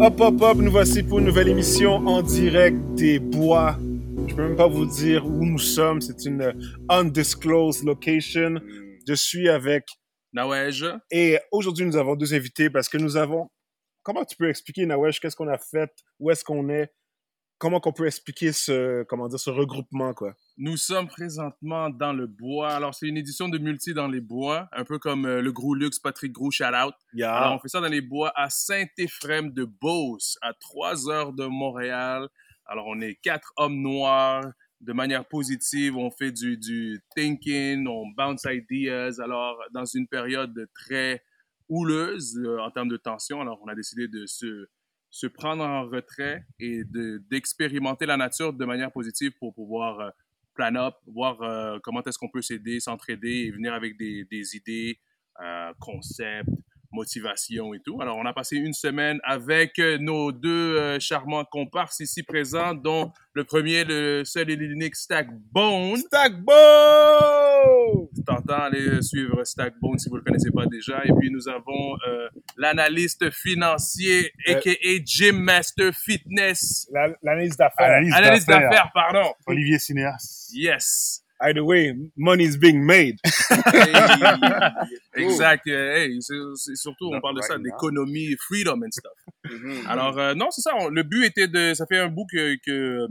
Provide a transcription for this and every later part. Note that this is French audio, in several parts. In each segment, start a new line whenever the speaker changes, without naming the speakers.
hop, hop, nous voici pour une nouvelle émission en direct des bois. Je peux même pas vous dire où nous sommes, c'est une euh, undisclosed location.
Hmm.
Je suis avec,
Nawesh,
et aujourd'hui nous avons deux invités parce que nous avons, comment tu peux expliquer, Nawesh, qu'est-ce qu'on a fait, où est-ce qu'on est, comment qu'on peut expliquer ce, comment dire, ce regroupement, quoi.
nous sommes présentement dans le bois. Alors, c'est une édition de Multi dans les bois, un peu comme euh, le Gros Luxe, Patrick Gros, shout out. Alors,
Ah,
on fait ça dans les bois à Saint-Éphrem de Beauce, à 3 heures de Montréal. Alors, on est quatre hommes noirs. De manière positive, on fait du, du thinking, on bounce ideas. Alors, dans une période très houleuse euh, en termes de tension, alors on a décidé de se, se prendre en retrait et de- d'expérimenter la nature de manière positive pour pouvoir euh, plan up, voir euh, comment est-ce qu'on peut s'aider, s'entraider et venir avec des, des idées, euh, concepts, motivation et tout. Alors, on a passé une semaine avec euh, nos deux euh, charmants comparses ici présents, dont le premier, le seul et l'unique Stack Bone.
Stackbo!
T'entends, allez suivre Stack Bone si vous le connaissez pas déjà. Et puis, nous avons euh, l'analyste financier,
Euh.
a.k.a. Gym Master Fitness.
La- L'analyse d'affaires.
Analyse,
Analyste
d'affaires.
d'affaires, pardon.
Olivier Cinéas.
Yes.
By the way, money's being made.
Hey. exact. euh, Hey, c'est, c'est surtout, on
Not
parle de ça,
right now. Mm-hmm.
d'économie, freedom and stuff. Alors, euh, non, c'est ça. on- le but était de. Ça fait un bout que, que euh,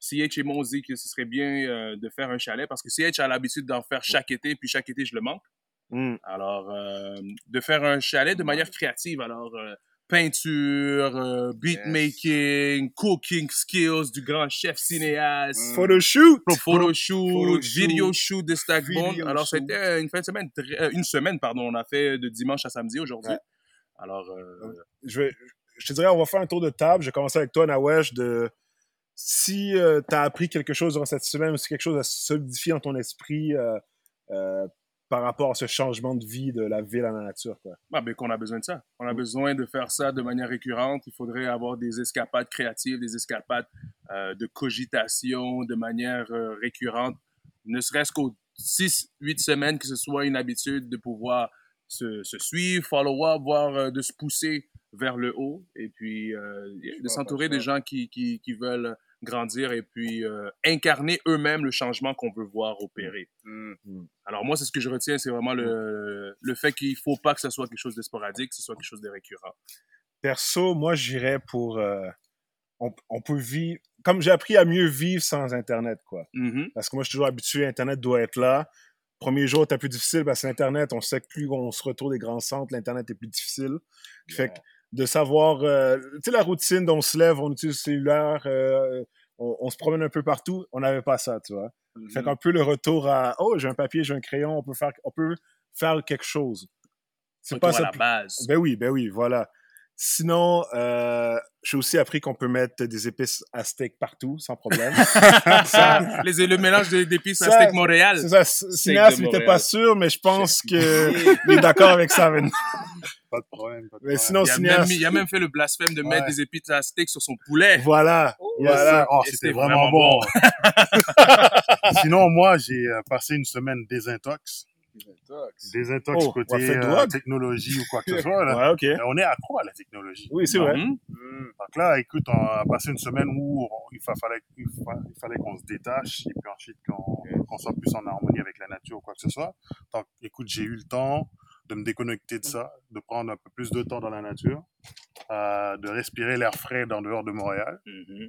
CH et Mon dit que ce serait bien euh, de faire un chalet parce que CH a l'habitude d'en faire chaque été, puis chaque été, je le manque.
Mm.
Alors, euh, de faire un chalet de manière créative. Alors, euh, peinture, euh, beatmaking, cooking skills du grand chef cinéaste.
Photoshoot!
Photoshoot,
photoshoot,
vidéo shoot de Stackbone.
vidéo
Alors,
shoot.
c'était une fin de semaine, très- euh, une semaine, pardon. On a fait de dimanche à samedi aujourd'hui.
Ouais.
Alors, euh,
je, vais- je te dirais, on va faire un tour de table. Je vais commencer avec toi, Nawesh, de si tu as appris quelque chose durant cette semaine ou si quelque chose a solidifié dans ton esprit euh, euh, par rapport à ce changement de vie de la ville à la nature. Quoi.
bah, ben, qu'on a besoin de ça. On a besoin de faire ça de manière récurrente. Il faudrait avoir des escapades créatives, des escapades euh, de cogitation de manière euh, récurrente, ne serait-ce qu'aux 6, 8 semaines, que ce soit une habitude de pouvoir se, se suivre, follow-up, voire euh, de se pousser vers le haut et puis euh, de
vois
s'entourer
pas
des
ça.
gens qui, qui, qui veulent grandir et puis euh, incarner eux-mêmes le changement qu'on veut voir opérer. Alors moi, c'est ce que je retiens, c'est vraiment le, le fait qu'il faut pas que ça soit quelque chose de sporadique, que ce soit quelque chose de récurrent.
Perso, moi, j'irais pour. euh, on, on peut vivre. Comme j'ai appris à mieux vivre sans Internet, quoi.
Mhm.
Parce que moi, je suis toujours habitué, Internet doit être là. Premier jour, t'as plus difficile parce que l'Internet, on sait que plus on se retourne des grands centres, l'Internet est plus difficile. Fait que de savoir, euh, tu sais, la routine dont on se lève, on utilise le cellulaire, euh, on, on se promène un peu partout, on n'avait pas ça, tu
Mm-hmm.
vois. Fait qu'un peu le retour à, oh, j'ai un papier, j'ai un crayon, on peut faire, on peut faire quelque chose. C'est
Retour
pas
à
ça.
la base.
Ben oui, ben oui, voilà. Sinon, euh, j'ai aussi appris qu'on peut mettre des épices à steak partout, sans problème. ça,
Ça, les- le mélange des- d'épices à
Ah. Ça,
steak Montréal.
c'est ça, Sinas,
de
il était
Montréal.
pas sûr, mais je pense qu'il est d'accord avec ça. Vin.
Pas de problème. Pas de
Mais
problème.
sinon,
Il a, même,
Sinas,
mis- il a même fait le blasphème de mettre
Ouais.
des épices à steak sur son poulet.
voilà,
Yes,
voilà.
sir. Oh,
Et
c'était vraiment bon. sinon, moi, j'ai euh, passé une semaine désintox. Désintox
Oh, on a
côté
fait de
euh,
drogue.
technologie ou quoi que ce soit. là.
Ouais, ok.
Euh, On est accro à la technologie.
Oui, c'est
Mhm.
vrai.
Hmm. Donc là, écoute, on a passé une semaine où on- il, fa- fallait, il, fa- il fallait qu'on se détache et puis ensuite qu'on qu'on soit plus en harmonie avec la nature ou quoi que ce soit. Donc, écoute, j'ai eu le temps de me déconnecter de ça, de prendre un peu plus de temps dans la nature, euh, de respirer l'air frais dans dehors de Montréal.
Mhm.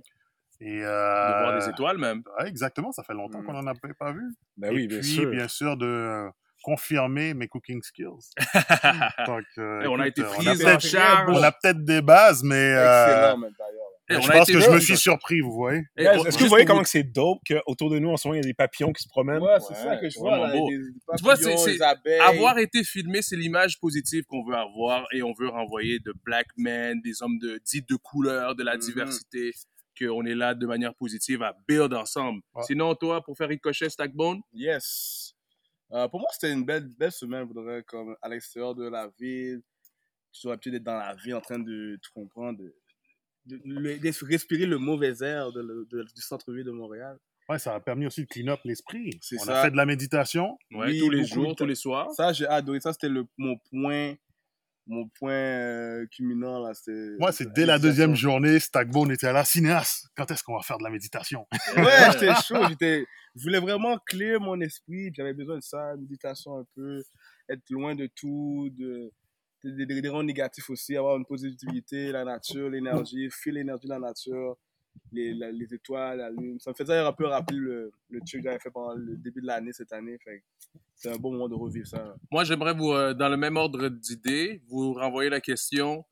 Et,
De
euh,
voir des étoiles Mm. même.
ouais, exactement, ça fait longtemps qu'on n'en avait pas vu.
Ben
et
oui, bien
puis,
sûr.
de confirmer mes cooking skills. Donc, euh,
Et Eh, on a
écoute,
été
on
pris en
peut-être-
charge.
on a peut-être des bases, mais euh,
même d'ailleurs.
Et Eh, on
je
a
pense
été
que je me
pris-
suis surpris, vous voyez.
Et
Guys,
on-
Est-ce que
juste
vous voyez
pour
comment que c'est dope qu'autour de nous, en ce moment, il y a des papillons qui se promènent?
Ouais, c'est ça que je vois.
vraiment
Là,
beau.
des, des
Tu vois, c'est-
papillons,
c'est-
des abeilles.
Avoir été filmé, c'est l'image positive qu'on veut avoir et on veut renvoyer de black men, des hommes de dits de couleur, de la
Mhm.
diversité, qu'on est là de manière positive à build ensemble.
Ouais.
Sinon, toi, pour faire ricochet Stackbone,
Yes. Euh, pour moi, c'était une belle, belle semaine, vous direz, comme à l'extérieur de la ville. Tu sois habitué d'être dans la ville en train de, tu comprends, de, de, le- de respirer le mauvais air de, le- de- du centre-ville de Montréal.
Ouais, ça a permis aussi de clean up l'esprit.
C'est
On
ça.
a fait de la méditation.
ouais,
Oui,
tous les
beaucoup
jours,
de-
tous les soirs.
Ça, j'ai adoré. Ça, c'était le- mon point mon point euh, culminant, là, c'est...
Moi, c'est dès la deuxième journée, Stackbone était là, cinéaste, quand est-ce qu'on va faire de la méditation
Ouais, j'étais chaud, j'étais... Je voulais vraiment clear mon esprit, puis j'avais besoin de ça, méditation un peu, être loin de tout, de... Des, des, des rangs négatifs aussi, avoir une positivité, la nature, l'énergie, fuir l'énergie de la nature, les, la- les étoiles, la lune. Ça me faisait un peu rappeler le, le truc que j'avais fait pendant le début de l'année cette année. Fait que c'est un bon moment de revivre ça.
Moi, j'aimerais vous, euh, dans le même ordre d'idées, vous renvoyer la question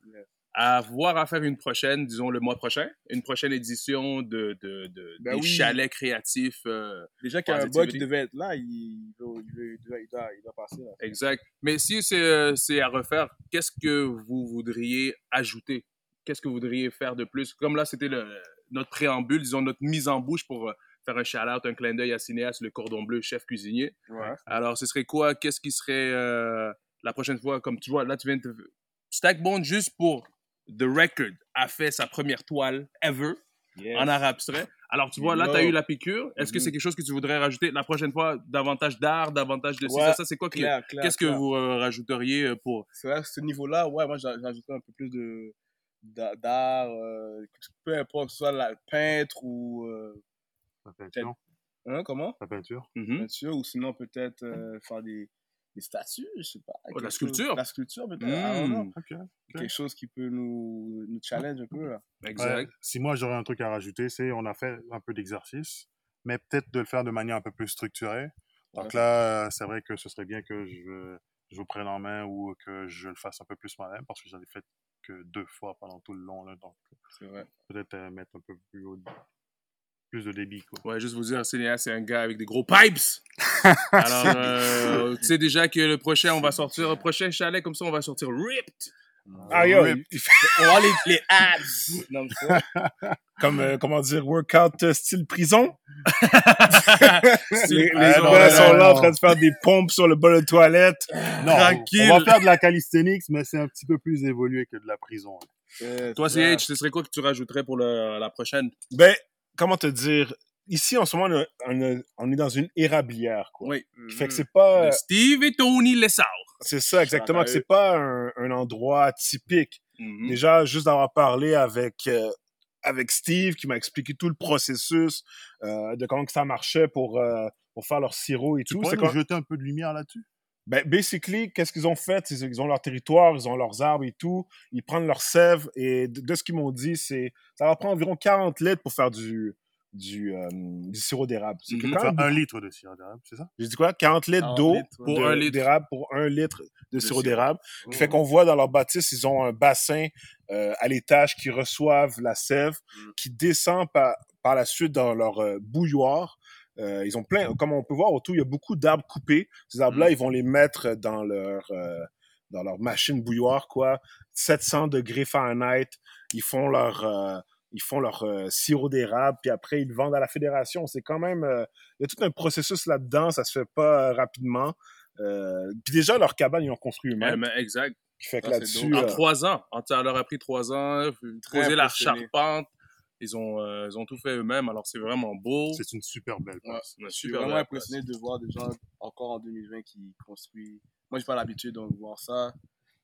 à voir à faire une prochaine, disons le mois prochain, une prochaine édition de, de, de-
Ben
des
oui.
chalets créatifs. euh,
Déjà qu'il y a un
Positivity.
bug qui devait être là, il, il doit, il doit- il doit- il doit- il doit passer. Là.
exact. Mais si c'est euh, c'est à refaire, qu'est-ce que vous voudriez ajouter? Qu'est-ce que vous voudriez faire de plus? Comme là, c'était le- notre préambule, disons notre mise en bouche pour euh, faire un shout-out, un clin d'œil à Cinéas, le cordon bleu, chef cuisinier.
Ouais.
Alors, ce serait quoi? Qu'est-ce qui serait euh, la prochaine fois? Comme tu vois, là, tu viens de... Stackbone, juste pour The Record, a fait sa première toile ever en art abstrait. Alors, tu vois, là, tu as
Yo.
eu la piqûre. Est-ce que
Mhm.
c'est quelque chose que tu voudrais rajouter la prochaine fois? Davantage d'art, davantage de... ci,
Ouais.
Ça, ça, c'est quoi? qui-
Clair, clair,
Qu'est-ce que
clair.
vous euh, rajouteriez euh, pour...
C'est vrai, à ce niveau-là, ouais, moi, j'a- j'ajouterais un peu plus de d'a- d'art, euh, peu importe, que ce soit la peintre ou... euh,
La peinture,
hein, comment
la peinture.
Mhm.
Peinture, ou sinon peut-être euh, faire des, des statues, je sais pas. quelque
Oh, la
chose-
sculpture.
La sculpture, peut-être. I don't know.
Mm.
Ok.
Quelque chose qui peut nous, nous challenge un peu, là.
Mm-hmm.
Ouais.
Exact.
Si moi j'aurais un truc à rajouter, c'est on a fait un peu d'exercice, mais peut-être de le faire de manière un peu plus structurée. Donc
Ouais.
là, euh, c'est vrai que ce serait bien que je, je vous prenne en main ou que je le fasse un peu plus moi-même parce que j'en ai fait que deux fois pendant tout le long. Là, donc
C'est vrai.
peut-être euh, mettre un peu plus, haut- plus de débit. Quoi.
Ouais, juste vous dire, Cinéas, c'est un gars avec des gros pipes. Alors, euh, tu sais déjà que le prochain, on va sortir, le prochain chalet, comme ça, on va sortir ripped.
Ah, yo,
Rip.
il fait
On va les, les abs! Non, mais c'est vrai.
comme, euh, comment dire, workout euh, style prison. Les, les
Ah, non,
gars
non,
sont
non,
là en
non.
train de faire des pompes sur le bol de toilette.
Non,
Tranquille.
on va faire de la calisthenics, mais c'est un petit peu plus évolué que de la prison. là.
Euh,
Hmm. Toi,
c'est vrai.
CH, ce serait quoi que tu rajouterais pour le- la prochaine?
Ben, comment te dire, ici, en ce moment, on, a- on a- on est dans une érablière, quoi.
Oui. Mm.
Fait que
Mhm.
c'est pas... euh,
De Steve et Tony Lessard.
C'est ça, exactement. que
Scandaleux.
C'est pas un, un endroit typique.
Mhm.
Déjà, juste d'avoir parlé avec, euh, avec Steve, qui m'a expliqué tout le processus euh, de comment que ça marchait pour, euh, pour faire leur sirop et
Tu
tout.
pourrais
C'est
nous
quand-
jeter un peu de lumière là-dessus
ben, basically, qu'est-ce qu'ils ont fait? C'est qu'ils ont leur territoire, ils ont leurs arbres et tout. Ils prennent leur sève et de, de ce qu'ils m'ont dit, c'est ça va prendre environ 40 litres pour faire du, du, euh, du sirop d'érable. C'est que
Mhm.
quand
Faire
même-
un litre de sirop d'érable, c'est ça
J'ai dit quoi? 40 litres
Ah,
d'eau
litres, ouais.
Pour
de-
un litre.
d'érable pour un litre de sirop
sirop.
d'érable.
Mmh.
Qui fait
Oh,
qu'on voit dans leur bâtisse, ils ont un bassin euh, à l'étage qui reçoivent la sève,
Mm.
qui descend par, par la suite dans leur euh, bouilloire. Euh, ils ont plein, comme on peut voir autour, il y a beaucoup d'arbres coupés. Ces arbres-là,
Mm.
ils vont les mettre dans leur euh, dans leur machine bouilloire, quoi. 700 degrés Fahrenheit. Ils font leur euh, ils font leur euh, sirop d'érable, puis après ils le vendent à la fédération. C'est quand même, euh, il y a tout un processus là-dedans. Ça se fait pas euh, rapidement. Euh, puis déjà leur cabane, ils l'ont construit
Ouais,
eux-mêmes
mais Ben, exact. Ah,
qui fait que
Ça, c'est
là-dessus,
dope.
En
euh,
trois ans. En- Ça leur a pris trois ans.
Très
Poser la
impressionné.
charpente. Ils ont, euh, ils ont tout fait eux-mêmes. Alors, c'est vraiment beau.
C'est une super belle
Ouais.
place.
Ouais,
Je suis
super
vraiment
belle
impressionné de voir des gens encore en 2020 qui construisent. Moi, j'ai pas l'habitude de voir ça.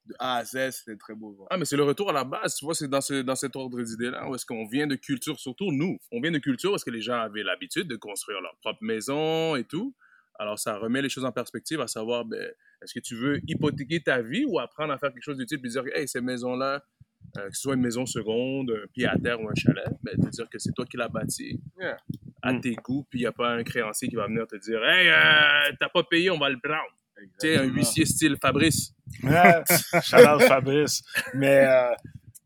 De A à Z, c'était très beau. de voir.
Ah, mais c'est le retour à la base, tu vois, c'est dans, ce, dans cet ordre d'idées-là, où est-ce qu'on vient de culture, surtout nous, on vient de culture parce que les gens avaient l'habitude de construire leur propre maison et tout. Alors, ça remet les choses en perspective, à savoir, ben, est-ce que tu veux hypothéquer ta vie ou apprendre à faire quelque chose d'utile, puis dire, hey, ces maisons-là, euh, que ce soit une maison seconde, un pied à terre ou un chalet, ben, te dire que c'est toi qui l'as bâti
Yeah.
à
Mm.
tes goûts, puis il n'y a pas un créancier qui va venir te dire, hey, euh, t'as pas payé, on va le prendre. Tu sais, un
Exactement.
huissier style Fabrice.
Chalal Fabrice. Mais euh,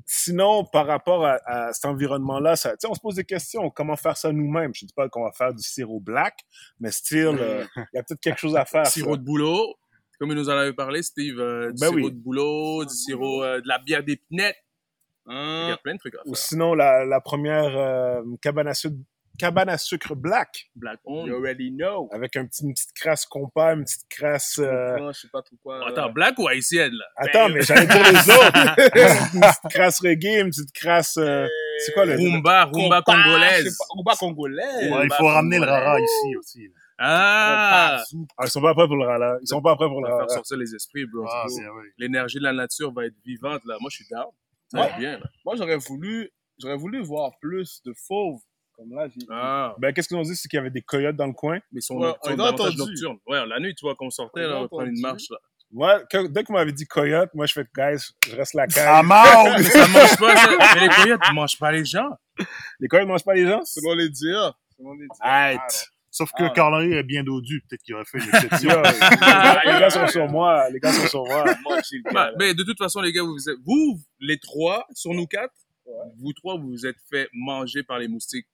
sinon, par rapport à, à cet environnement-là, ça, tu sais, on se pose des questions. Comment faire ça nous-mêmes? Je ne dis pas qu'on va faire du sirop black, mais still, euh, il y a peut-être quelque chose à faire.
sirop de boulot. Comme il nous en avait parlé, Steve, euh, du
Ben
sirop
oui.
de boulot, du sirop euh, de la bière d'épinette. Il y a
Hein?
plein de trucs à
ça. Ou
faire.
sinon, la, la première euh, cabane, à sucre, cabane à sucre black,
Black on.
hein? You already know.
avec un petit, une petite crasse compas, une petite crasse... euh,
Comprends, je sais pas trop quoi.
Attends, black ou haïtienne, là?
Attends,
Ben,
mais j'allais dire les autres! une petite crasse reggae, une petite crasse... euh, c'est quoi le...
Rumba, rumba
Compas, je sais
congolaise.
pas, Rumba congolaise.
Ouais, il faut ramener le rara ici aussi. là.
Ah!
Ah, ils sont pas prêts pour le rala. Ils sont pas prêts pour
On
le
va faire
rala.
sortir les esprits, bro.
Ah,
C'est beau.
c'est vrai.
L'énergie de la nature va être vivante, là. Moi, je suis down. Ça
Ouais.
va bien, là.
Moi, j'aurais voulu, j'aurais voulu voir plus de fauves. Comme là, j'ai.
Ah!
Ben, qu'est-ce qu'ils ont dit? C'est qu'il y avait des coyotes dans le coin.
Mais ils sont,
Ouais,
ils sont
on a
davantage
entendu.
nocturnes. Ouais, la nuit, tu vois, qu'on sortait,
On a
là, on va prendre une
entendu.
marche, là.
Moi, que- dès qu'on m'avait dit coyote, moi, je fais, guys, je reste la caille.
I'm out!
ça mange pas, ça. Mais les coyotes ne mangent pas les gens.
Ah.
Les coyotes mangent pas les gens?
Selon les dires. Selon les dires.
Arrête.
Sauf
Ah,
que
ouais.
Carl Henry est bien dodu. Peut-être qu'il aurait fait une exception.
Yo, les
Ah,
gars- les gars sont sur moi. Les gars sont sur moi.
Moi, j'ai le
Bah,
gars, là.
mais de toute façon, les gars, vous, vous êtes- vous, les trois, sur nous quatre, vous trois, vous vous êtes fait manger par les moustiques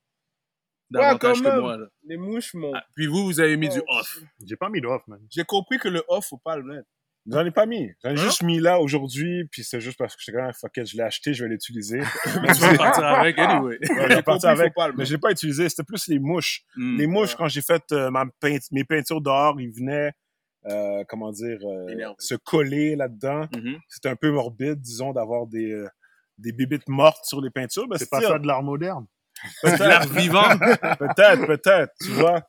davantage
quand
que
même.
moi. là.
Les mouches m'ont.
Ah, puis vous, vous avez mis du off.
J'ai pas mis d'off, man.
J'ai compris que le off, faut pas le mettre.
J'en ai pas mis. J'en ai
Hein?
juste mis là aujourd'hui, puis c'est juste parce que j'étais quand même fuck it, je l'ai acheté, je vais l'utiliser.
Mais tu vas partir avec,
Ah.
anyway.
Ouais, je vais partir
compris, faut
avec.
pas le
Mais je l'ai pas utilisé. C'était plus les mouches.
Hmm.
Les mouches,
Ah.
Ouais.
quand j'ai fait euh, ma peint- mes peintures dehors, ils venaient, euh, comment dire, euh,
Énervé.
se coller là-dedans.
Mhm.
C'était un peu morbide, disons, d'avoir des, euh, des bébites mortes sur les peintures. Mais
C'est pas
still,
ça de l'art moderne.
L'art vivant.
Peut-être, peut-être, tu vois.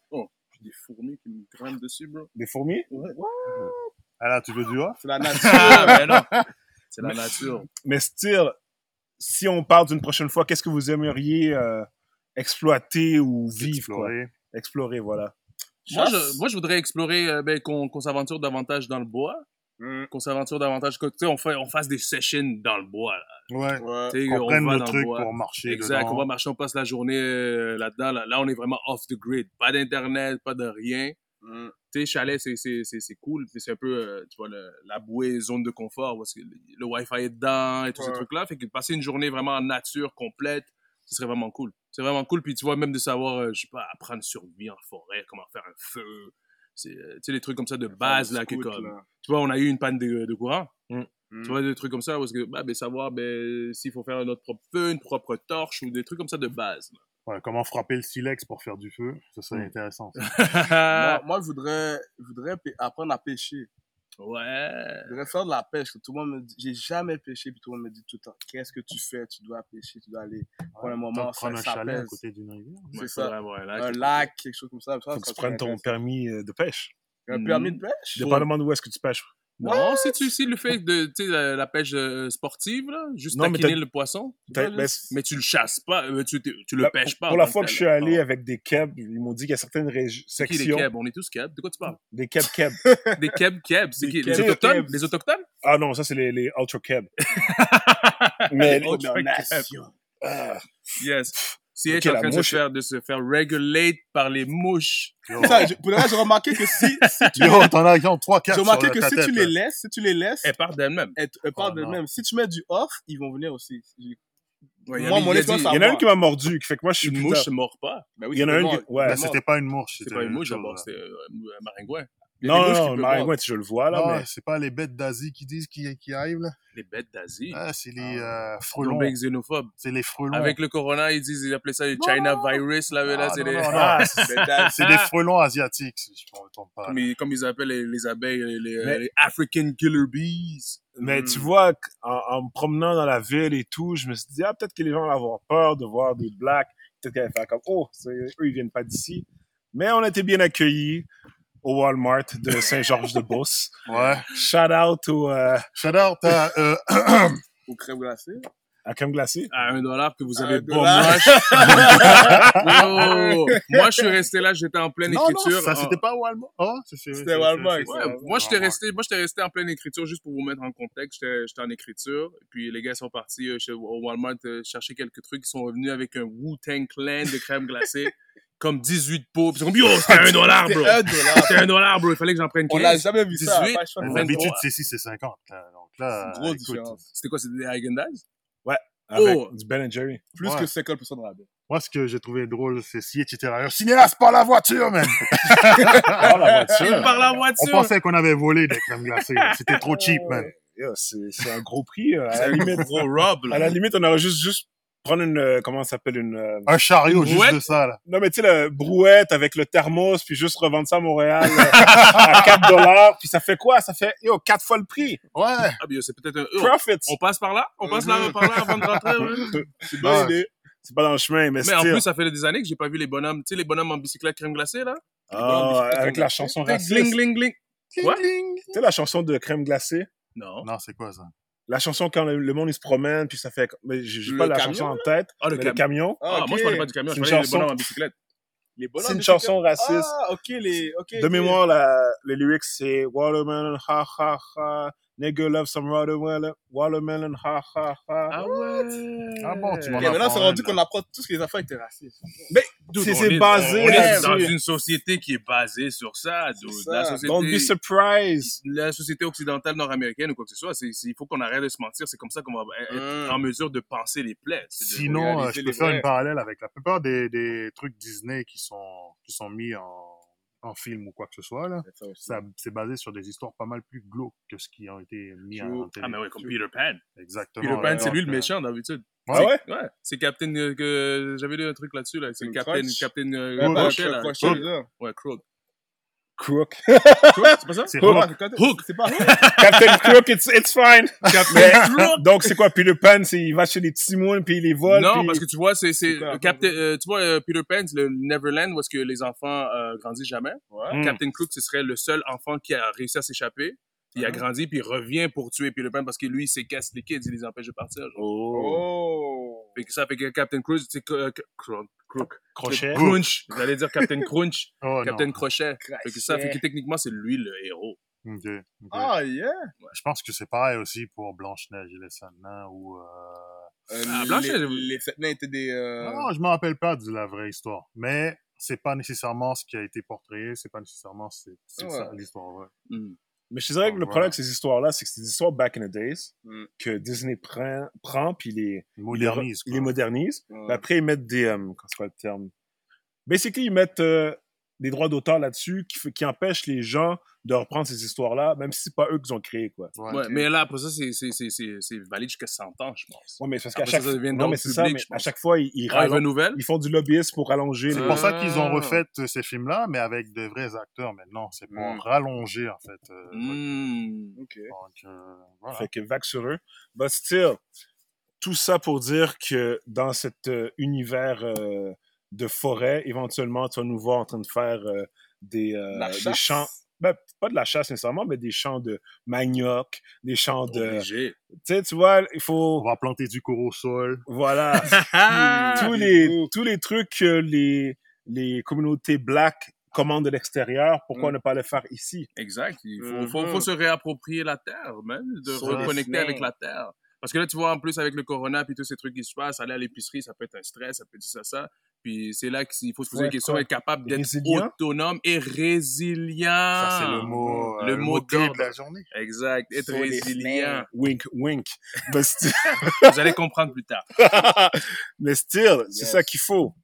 Puis des fourmis qui me grimpent dessus, bro.
Des fourmis?
Ah là, tu veux du off?
C'est la nature.
Ah, ben non. C'est la nature.
Mais still, si on parle d'une prochaine fois, qu'est-ce que vous aimeriez euh, exploiter ou vivre, quoi?
Explorer.
Explorer, voilà.
Moi
Chasse.
je, moi, je voudrais explorer, euh, ben, qu'on qu'on s'aventure davantage dans le bois,
Hmm.
qu'on s'aventure davantage, que, tu sais, on, fait, on fasse des sessions dans le bois. Là.
Ouais.
Ouais.
Tu sais,
Qu'on
on
prenne
va
nos
dans le
trucs
bois.
pour marcher
Exact,
dedans.
on va marcher, on passe la journée euh, là-dedans. Là. Là, on est vraiment off the grid. Pas d'internet, pas de rien.
Hmm.
Tu sais, chalet, c'est- c'est c'est- c'est cool. puis C'est un peu, euh, tu vois, le- la bouée, zone de confort, parce que le, le Wi-Fi est dedans et tous ces
Ouais.
trucs-là. Fait que passer une journée vraiment en nature complète, ce serait vraiment cool. C'est vraiment cool. Puis tu vois, même de savoir, euh, je sais pas, apprendre survie en forêt, comment faire un feu. C'est, euh, Tu sais, les trucs comme ça de base, là, que
Scout,
comme-
là.
Tu vois, on a eu une panne de, de courant.
Hmm.
Mm.
Tu vois, des trucs comme ça, parce que, bah, ben, savoir, ben, s'il faut faire notre propre feu, une propre torche, ou des trucs comme ça de base.
Ouais, comment frapper le silex pour faire du feu? Ça serait
Mm.
intéressant. ça.
là.
Moi, moi, je voudrais, je voudrais pê- apprendre à pêcher.
ouais.
Je voudrais faire de la pêche. Tout le monde me dit, j'ai jamais pêché, puis tout le monde me dit tout le temps, qu'est-ce que tu fais? Tu dois pêcher, tu dois aller pour le
Ouais,
moment,
tant que prendre
ça-
un
ça
chalet à
pèse.
côté d'une rivière.
C'est
Ouais,
ça.
faudrait avoir un lac.
un lac, quelque chose comme Ah, ça.
Faut que tu prennes ton permis euh, de pêche.
Un permis de pêche?
Dépendamment d'où est-ce que tu pêches.
Non, si tu si le fait de tu sais, la, la pêche euh, sportive, là, juste
Non, mais
taquiner
t'as-
le poisson,
T'as- ben,
mais tu le chasses pas, euh, tu, tu- tu le
La-
pêches pas.
Pour
en
la
tant
fois que
tel.
je suis allé avec des kebs, ils m'ont dit qu'il y a certaines régi-
C'est qui les
sections.
kebs? On est tous kebs. De quoi tu parles?
Des kebs kebs.
Des kebs kebs. C'est
Des
qui? Les
kebs.
autochtones?
Kebs.
Les autochtones?
Ah non, ça, c'est les, les ultra kebs. Mais
Les ultra
Ah,
Yes. CH est
Ok,
en
la
train de
mouche
se, faire, de se faire regulate par les mouches.
Yo,
Ça, je- pour le reste, j'ai remarqué que si, si tu,
Yo, t'en as, genre, trois,
j'ai
quatre.
remarqué
sur
que
ta
si
tête,
tu
là. Eh,
les laisses, si tu les laisses,
Elles partent d'elles-mêmes.
elles, elles parlent
Oh,
de
non.
même. Si tu mets du off, ils vont venir aussi. J'ai-
Ouais, il y
Moi,
a-
mon
il y a
expérience,
dit-
ça
Il y en a une qui m'a mordu, qui fait que moi, je suis
Une
putain.
mouche ne mord pas.
Ben oui,
Il y en a
c'est
une
vraiment-
qui- ouais.
Ben,
vraiment-
c'était pas une mourche.
C'est pas une mouche
chose,
d'abord,
là.
c'est euh, un maringouin.
il y a
Non,
des
non,
mouches qui
non,
peuvent
le
mordre.
maringouin, tu- je le vois, là,
Non,
mais
c'est pas les bêtes d'Asie qui disent qui, qui arrivent, là.
Les bêtes d'Asie.
Ah, c'est les euh,
Ils
frelons.
xénophobes.
C'est les frelons.
Avec le corona, ils disent, ils appelaient ça le China virus. Là, mais là,
Ah,
c'est
non,
des-
non, non. Ah.
Ah,
Ben, t'as-
C'est des frelons asiatiques, si je ne me trompe pas.
comme, ils, comme ils appellent les, les abeilles, les, les,
Mais-
les African killer bees.
mais
Hmm.
tu vois, qu- en, en me promenant dans la ville et tout, je me suis dit, ah, peut-être que les gens vont avoir peur de voir des blacks. Peut-être qu'ils vont faire comme, oh, c'est- eux, ils viennent pas d'ici. Mais on a été bien accueillis au Walmart de Saint-Georges-de-Beauce.
Ouais.
Shout out au, euh,
Shout out à, euh,
Aux crèmes glacées.
à Crème Glacée.
À Ah, un dollar que vous
À
avez
un
pas
dollar.
moche. Yo! Moi, je suis resté là, j'étais en pleine
non, non,
écriture.
ça,
en-
c'était pas Walmart. Oh, c'est- c'est-
C'était
c'est-
Walmart,
c'est- c'est-
Ouais,
ça,
moi, j'étais
Walmart.
resté, moi, j'étais resté en pleine écriture juste pour vous mettre en contexte. J'étais, j'étais en écriture. Puis les gars sont partis euh, chez, au Walmart euh, chercher quelques trucs. Ils sont revenus avec un Wu-Tang Clan de crème glacée. comme 18 pots. Puis ils sont comme, yo, c'était un dollar, bro.
C'était un dollar.
C'était un dollar, bro. Il fallait que j'en prenne
On n'a
15.
jamais vu ça.
18,
Pas chaque
Mais
fois.
D'habitude, c'est 6 et 50. Là. Donc là,
C'est une grosse
écoute,
différence.
C'était quoi? C'était des Haagen-Dazs?
Avec
Oh!
du Ben Jerry.
Plus
Ouais.
que 50% de rabais.
Moi, ce que j'ai trouvé drôle, c'est si était là. Cinéaste, pas la voiture, même!
Ah, la voiture!
Par la
On
voiture!
pensait qu'on avait volé des crèmes glacées. là. C'était trop cheap, man.
Yo, C'est c'est un gros prix. euh,
C'est
À la,
un
limite,
gros rob,
à la limite, on aurait juste, juste prendre une, euh, comment ça s'appelle, une, euh,
Un chariot
Une
juste
brouette?
de ça, là.
non mais tu sais, le brouette avec le thermos, puis juste revendre ça à Montréal euh, à 4 dollars, puis ça fait quoi? Ça fait, yo, 4 fois le prix.
Ouais!
Ah, bien, c'est peut-être un... Oh,
Profits!
On passe par là? On passe là,
Mhm.
par là avant de rentrer? ouais.
C'est une bonne
Ouais.
idée.
Ah, C'est pas dans le chemin, mais,
Mais en
still.
plus, ça fait des années que j'ai pas vu les bonhommes. Tu sais, les bonhommes en bicyclette crème glacée, là?
Ah, avec la chanson
Gling,
raciste.
gling, gling. Quoi?
Tu sais, la chanson de Crème glacée?
Non.
Non, c'est quoi ça
La chanson quand le, le monde il se promène, puis ça fait. Mais j'ai j'ai
Le
pas la
camion,
chanson en tête.
Ah, le
mais le
camion.
camion.
Ah, moi, je parlais pas du camion,
C'est
je
une
parlais des
chanson.
bonhommes en bicyclette.
Les bonhommes
C'est une
de
chanson
Tokyo.
raciste.
Ah, ok, les. ok,
de
ok.
mémoire, la, les lyrics, c'est Watermelon, ha ha ha. Nigga love some watermelon, watermelon, ha ha ha.
Ah ouais.
Ah bon, tu m'en
Ok,
as-
maintenant, c'est rendu qu'on
là.
apprend tout ce que les affaires étaient racistes.
Dude,
C'est-
on
c'est
est-
basé
On est dans
là-dessus.
une société qui est basée sur ça. dude.
C'est ça.
La
Don't be
société,
surprised.
la société occidentale nord-américaine ou quoi que ce soit, c'est- c'est- il faut qu'on arrête de se mentir. C'est comme ça qu'on va être
Mm.
en mesure de penser les plaies. C'est de-
Sinon, euh,
réaliser
je peux
les
faire
vrais.
une parallèle avec la plupart des, des trucs Disney qui sont, qui sont mis en, en film ou quoi que ce soit. Là.
Ça aussi.
Ça, c'est basé sur des histoires pas mal plus glauques que ce qui a été mis en, en télé.
Ah, mais ouais, comme Peter Pan.
Exactement.
Peter Pan,
ouais,
c'est lui le
donc, euh,
méchant d'habitude.
Ah ouais?
Ouais, c'est Captain. euh, que J'avais lu un truc là-dessus. Là. C'est le
Une
Captain.
croche?
Captain. euh,
Ouais, bah,
Crochet,
je
là.
crochet,
Crook.
là.
Ouais, Crook.
Crook.
Crook, c'est pas ça?
C'est
Ouais,
Hulk.
mais quand-
Hook.
C'est pas.
Captain Crook, it's, it's fine.
Captain
Mais-
Crook!
Donc, c'est quoi, Peter Pan? c'est- Il va chez les petits mounes, puis il les vole.
Non,
puis-
parce que tu vois, c'est. c'est
C'est quoi,
Captain, euh, tu vois, euh, Peter Pan, c'est le Neverland où est-ce que les enfants euh, grandissent jamais.
Ouais.
Hmm.
Captain Crook, ce serait le seul enfant qui a réussi à s'échapper. Il a
Ah.
grandi, puis il revient pour tuer Peter Pan parce que lui, il séquestre les kids, il les empêche de partir. genre.
Oh.
Fait que ça fait que Captain Crunch, c'est Crook. Crook.
Crochet.
Crunch. J'allais dire Captain Crunch.
Oh,
Captain Crochet. Fait que ça fait que
Crochet.
techniquement, c'est lui le héros.
non. Ok, ok.
Ah, yeah.
Je pense que c'est pareil aussi pour Blanche-Neige et les Sept Nains ou... euh,
Euh,
Ah,
les-
Blanchet,
les,
vous-
les sept nains étaient des. euh,
Non, je me rappelle pas de la vraie histoire, mais c'est pas nécessairement ce qui a été portrayé, c'est pas nécessairement c'est c'est
Ouais.
ça l'histoire vraie.
Mais je te dirais que le
Voilà.
problème avec ces histoires-là, c'est que c'est des histoires back in the days
Mm.
que Disney prend, prend puis les, les re-
Ils modernisent.
les,
quoi.
modernise.
ouais.
Mm.
Puis après, ils mettent des... euh, c'est quoi le terme? Basically, ils mettent euh, des droits d'auteur là-dessus qui, fait- qui empêchent les gens de reprendre ces histoires-là, même si c'est pas eux qui les ont créé, quoi.
Ouais.
Ouais, mais là, pour ça, c'est- c'est- c'est c'est- c'est valide jusqu'à 100 ans, je pense.
Ouais, mais c'est parce
Après
qu'à chaque...
ça, ça devient
non,
norme
mais c'est ça,
publique,
mais
je
à
pense.
chaque fois, ils, ils,
Rêve
rallongent-
nouvelle.
ils font du lobbyisme pour allonger
C'est
les...
pour ça qu'ils ont
Ah.
refait euh, ces films-là, mais avec des vrais acteurs maintenant. C'est pour
Mm.
rallonger, en fait. euh,
Hmm.
Ok.
donc, euh, voilà.
Fait que vague sur eux. But still, tout ça pour dire que dans cet euh, univers euh, de forêt, éventuellement, tu vas nous voir en train de faire euh, des, euh,
La
des
chasse.
champs. Ben, pas de la chasse nécessairement, mais des champs de manioc, des champs de.
Obligé.
Tu sais, tu vois, il
On
faut.
va planter du cours au sol.
Voilà.
Ah!
Ah,
tous, les, tous les trucs que les, les communautés black commandent de l'extérieur, pourquoi
Mm.
ne pas le faire ici?
Exact. Il faut, faut,
Mhm.
faut se réapproprier la terre, man. De
Ça,
reconnecter
c'est
avec
clair.
la terre. Parce que là, tu vois, en plus, avec le corona puis tous ces trucs qui se passent, aller à l'épicerie, ça peut être un stress, ça peut être ça, ça. Puis c'est là qu'il faut se poser
Ouais,
la question,
quoi.
être capable d'être
Résilient?
autonome et résilient.
Ça, c'est le mot, euh,
Mm. Le
le
mot
mot clé de
d'ordre.
la journée.
Exact. Être
Faut les
résilient.
snares.
Wink, wink. But still-
Vous allez comprendre plus tard.
mais still, c'est
Yes.
ça qu'il faut.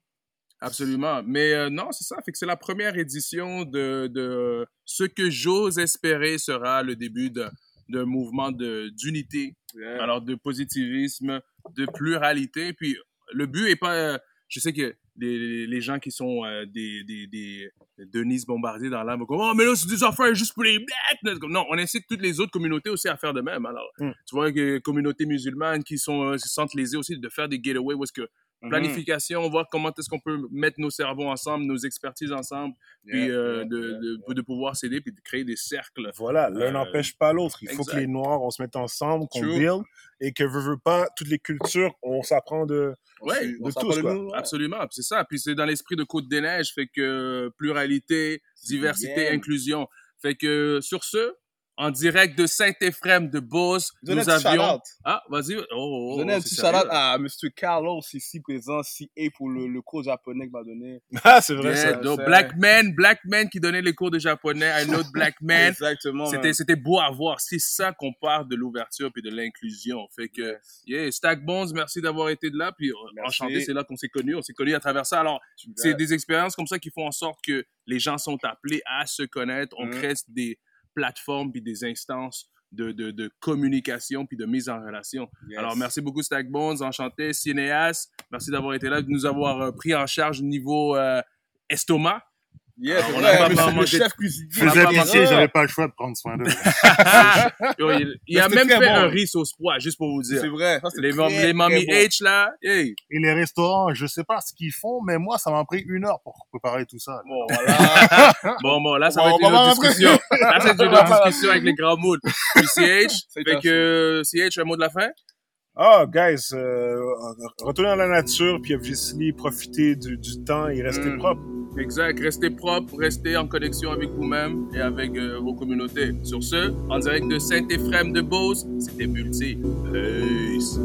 Absolument. Mais euh, non, c'est ça. Fait que c'est la première édition de, de ce que j'ose espérer sera le début d'un d'un mouvement de- d'unité
Yeah.
Alors, de positivisme, de pluralité. Puis, le but est pas. euh, je sais que les, les- les gens qui sont euh, des, des, des Denise Bombardier dans l'âme, comme Oh, mais là, c'est des affaires juste pour les blacks. Non, on incite toutes les autres communautés aussi à faire de même. Alors,
Mm.
tu vois, que communautés musulmanes qui sont, euh, se sentent lésées aussi de faire des getaways où est-ce que
Mm.
planification, voir comment est-ce qu'on peut mettre nos cerveaux ensemble, nos expertises ensemble,
Yeah,
puis euh,
yeah,
de,
yeah.
de, de pouvoir s'aider, puis de créer des cercles.
Voilà, l'un
Euh,
n'empêche pas l'autre. Il faut
exact.
que les Noirs, on se mette ensemble, qu'on
True.
build, et que, veut, veut pas, toutes les cultures, on s'apprend de...
On
Ouais,
s'y- on
de
s'en
tous,
parle
quoi.
nous, ouais.
Absolument, puis c'est ça. Puis c'est dans l'esprit de Côte des Neiges, fait que euh, pluralité, diversité,
bien.
inclusion. Fait que euh, sur ce, en direct de Saint-Éphrem de Beauce,
Donnez
nous
un petit
avions.
shout-out.
Ah, vas-y. Oh, oh,
Donnez
oh,
un
c'est
petit
sérieux.
shout-out à M. Carlos ici présent, si et pour le, le cours japonais qu'il m'a donné.
Ah, c'est vrai,
Yeah,
ça.
donc,
c'est-
black man, black man qui donnait les cours de japonais à un autre black man.
Exactement.
C'était, c'était beau à voir. C'est ça qu'on parle de l'ouverture puis de l'inclusion. Fait que, yeah, Stack Bones, merci d'avoir été de là. Puis, euh,
Merci.
enchanté, c'est là qu'on s'est connus. On s'est connus à travers ça. Alors, C'est des expériences comme ça qui font en sorte que les gens sont appelés à se connaître. On
Mhm.
crée des plateformes puis des instances de, de, de communication puis de mise en relation. Alors, merci beaucoup, Stack Bones. Enchanté, cinéaste. Merci d'avoir été là, de nous avoir euh, pris en charge niveau euh, estomac.
Yeah,
Ah,
c'est
on
vrai,
a pas
le-
pas
le
mangé de-
chef cuisinier.
On a
faisais
pas
pitié,
mangé.
j'avais pas le choix de prendre soin d'eux.
Yo, Ah! il il a
Ah! Mais
même
c'est
fait
très bon.
un riz sauce pois, juste pour vous
C'est
dire.
vrai. ça, c'est
Les,
très,
mam- les
très
mamies
bon.
H, là, hey.
Et les restaurants, je sais pas ce qu'ils font, mais moi, ça m'a pris une heure pour préparer tout ça.
Bon,
Voilà.
Bon, bon, là, ça
Ah!
va
On va-
être une
on va
autre
voir après.
discussion. Là, c'est une
On va
autre
voir
discussion avec les grands moods. Puis CH,
C'est
fait
un
que CH, un mot de la fin?
Ah, guys, euh, retournez dans la nature, puis obviously, profitez du, du temps et restez
Mm.
propre.
Exact. Restez propre, restez en connexion avec vous-même et avec euh, vos communautés. Sur ce, en direct de Saint-Ephrem de Beauce, c'était Multi. Peace.